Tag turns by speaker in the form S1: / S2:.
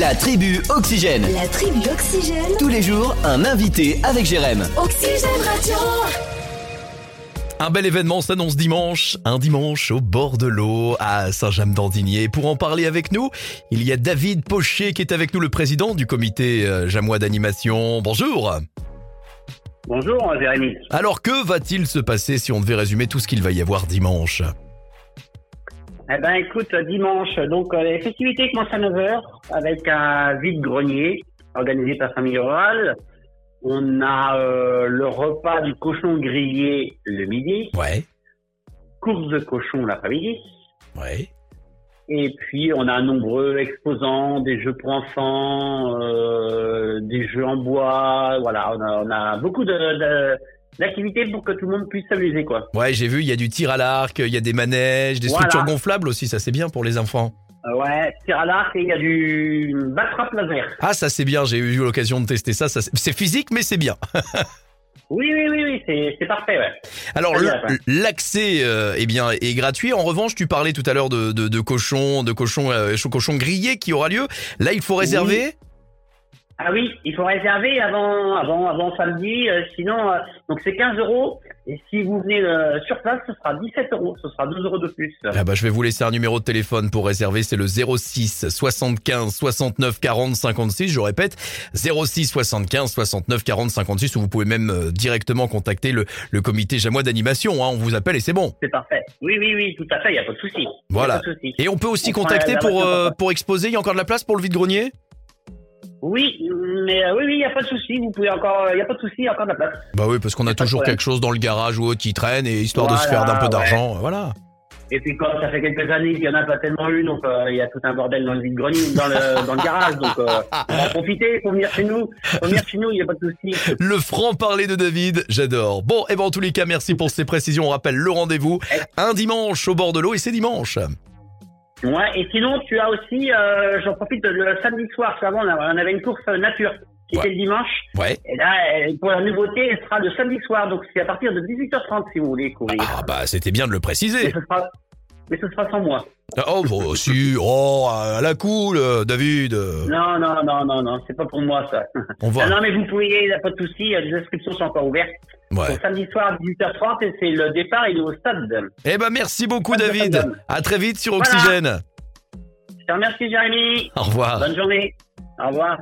S1: La tribu Oxygène.
S2: La tribu Oxygène.
S1: Tous les jours, un invité avec Jérém.
S2: Oxygène Radio.
S3: Un bel événement s'annonce dimanche, un dimanche au bord de l'eau à Saint-James-d'Andigné. Pour en parler avec nous, il y a David Pocher qui est avec nous, le président du comité euh, Jamois d'animation. Bonjour
S4: Bonjour Jérémy.
S3: Alors que va-t-il se passer si on devait résumer tout ce qu'il va y avoir dimanche
S4: Eh ben écoute, dimanche, donc euh, les festivités commencent à 9h avec un vide-grenier organisé par Famille Rurale. On a euh, le repas du cochon grillé le midi,
S3: Ouais,
S4: course de cochon l'après-midi,
S3: ouais.
S4: et puis on a nombreux exposants, des jeux pour enfants, euh, des jeux en bois, voilà, on a, on a beaucoup de, de- d'activités pour que tout le monde puisse s'amuser quoi.
S3: Ouais, j'ai vu, il y a du tir à l'arc, il y a des manèges, des
S4: Voilà.
S3: structures gonflables aussi, ça c'est bien pour les enfants.
S4: Euh, ouais, tir à l'arc et il y a du battrape laser.
S3: Ah ça c'est bien, j'ai eu l'occasion de tester ça, ça c'est- c'est physique mais c'est bien.
S4: Oui, oui, oui, oui, c'est, c'est parfait, ouais.
S3: Alors
S4: Très
S3: le-
S4: bien, ouais.
S3: l'accès euh, eh bien est gratuit. En revanche, tu parlais tout à l'heure de, de, de cochon, de cochon, euh, ch- cochon grillé qui aura lieu. Là, il faut réserver.
S4: Ah oui, il faut réserver avant, avant, avant samedi, euh, sinon, euh, donc c'est 15 euros. Et si vous venez euh, sur place, ce sera 17 euros, ce sera 12 euros de plus.
S3: Ah bah, je vais vous laisser un numéro de téléphone pour réserver. C'est le 06 75 69 40 56. Je répète 06 75 69 40 56. Ou vous pouvez même euh, directement contacter le, le comité Jamois d'animation. hein. On vous appelle et c'est bon.
S4: C'est parfait. Oui, oui, oui, tout à fait, il n'y a pas de souci. Y a
S3: Voilà.
S4: pas de souci.
S3: Et on peut aussi
S4: On prend la
S3: contacter pour
S4: réservation,
S3: euh,
S4: papa.
S3: pour exposer. Il y a encore de la place pour le vide grenier.
S4: Oui, mais euh, oui, oui, il n'y a pas de souci. Vous pouvez encore, il n'y a pas de souci, il y a encore de la place.
S3: Bah oui, parce qu'on a
S4: Pas de
S3: toujours
S4: problème.
S3: quelque chose dans le garage ou autre qui traîne et histoire de se faire
S4: Voilà,
S3: d'un peu
S4: ouais.
S3: d'argent. euh, Voilà.
S4: Et puis comme ça fait quelques années qu'il n'y en a pas tellement eu, donc euh, il y a tout un bordel dans le vide-grenier, dans le, dans le garage, donc euh, on va en profiter, faut venir chez nous, faut venir chez nous, il n'y a pas de souci.
S3: Le franc-parler de David, j'adore. Bon, et ben en tous les cas, merci pour ces précisions. On rappelle le rendez-vous un dimanche au bord de l'eau et c'est dimanche.
S4: Ouais, et sinon, tu as aussi, euh, j'en profite, le samedi soir, parce qu'avant, on a- on avait une course euh, nature qui
S3: Ouais.
S4: était le dimanche.
S3: Ouais.
S4: Et là, euh, pour la nouveauté, elle sera le samedi soir, donc c'est à partir de 18h30 si vous voulez courir.
S3: Ah bah c'était bien de le
S4: Mais
S3: préciser.
S4: ce sera, mais ce sera sans moi.
S3: Oh bon, si, oh à la cool, euh, David. euh,
S4: Non, non, non, non, non, c'est pas pour moi ça.
S3: On va.
S4: Ah non, mais vous pouvez, il n'y a pas de souci, euh, les inscriptions sont encore ouvertes.
S3: Ouais.
S4: Donc, samedi soir, 18h30, et c'est le départ, il est au stade.
S3: Eh ben merci beaucoup
S4: Bonne
S3: David.
S4: journée.
S3: À très vite sur
S4: Voilà.
S3: Oxygène.
S4: Je te remercie, Jérémy.
S3: Au revoir.
S4: Bonne journée. Au revoir.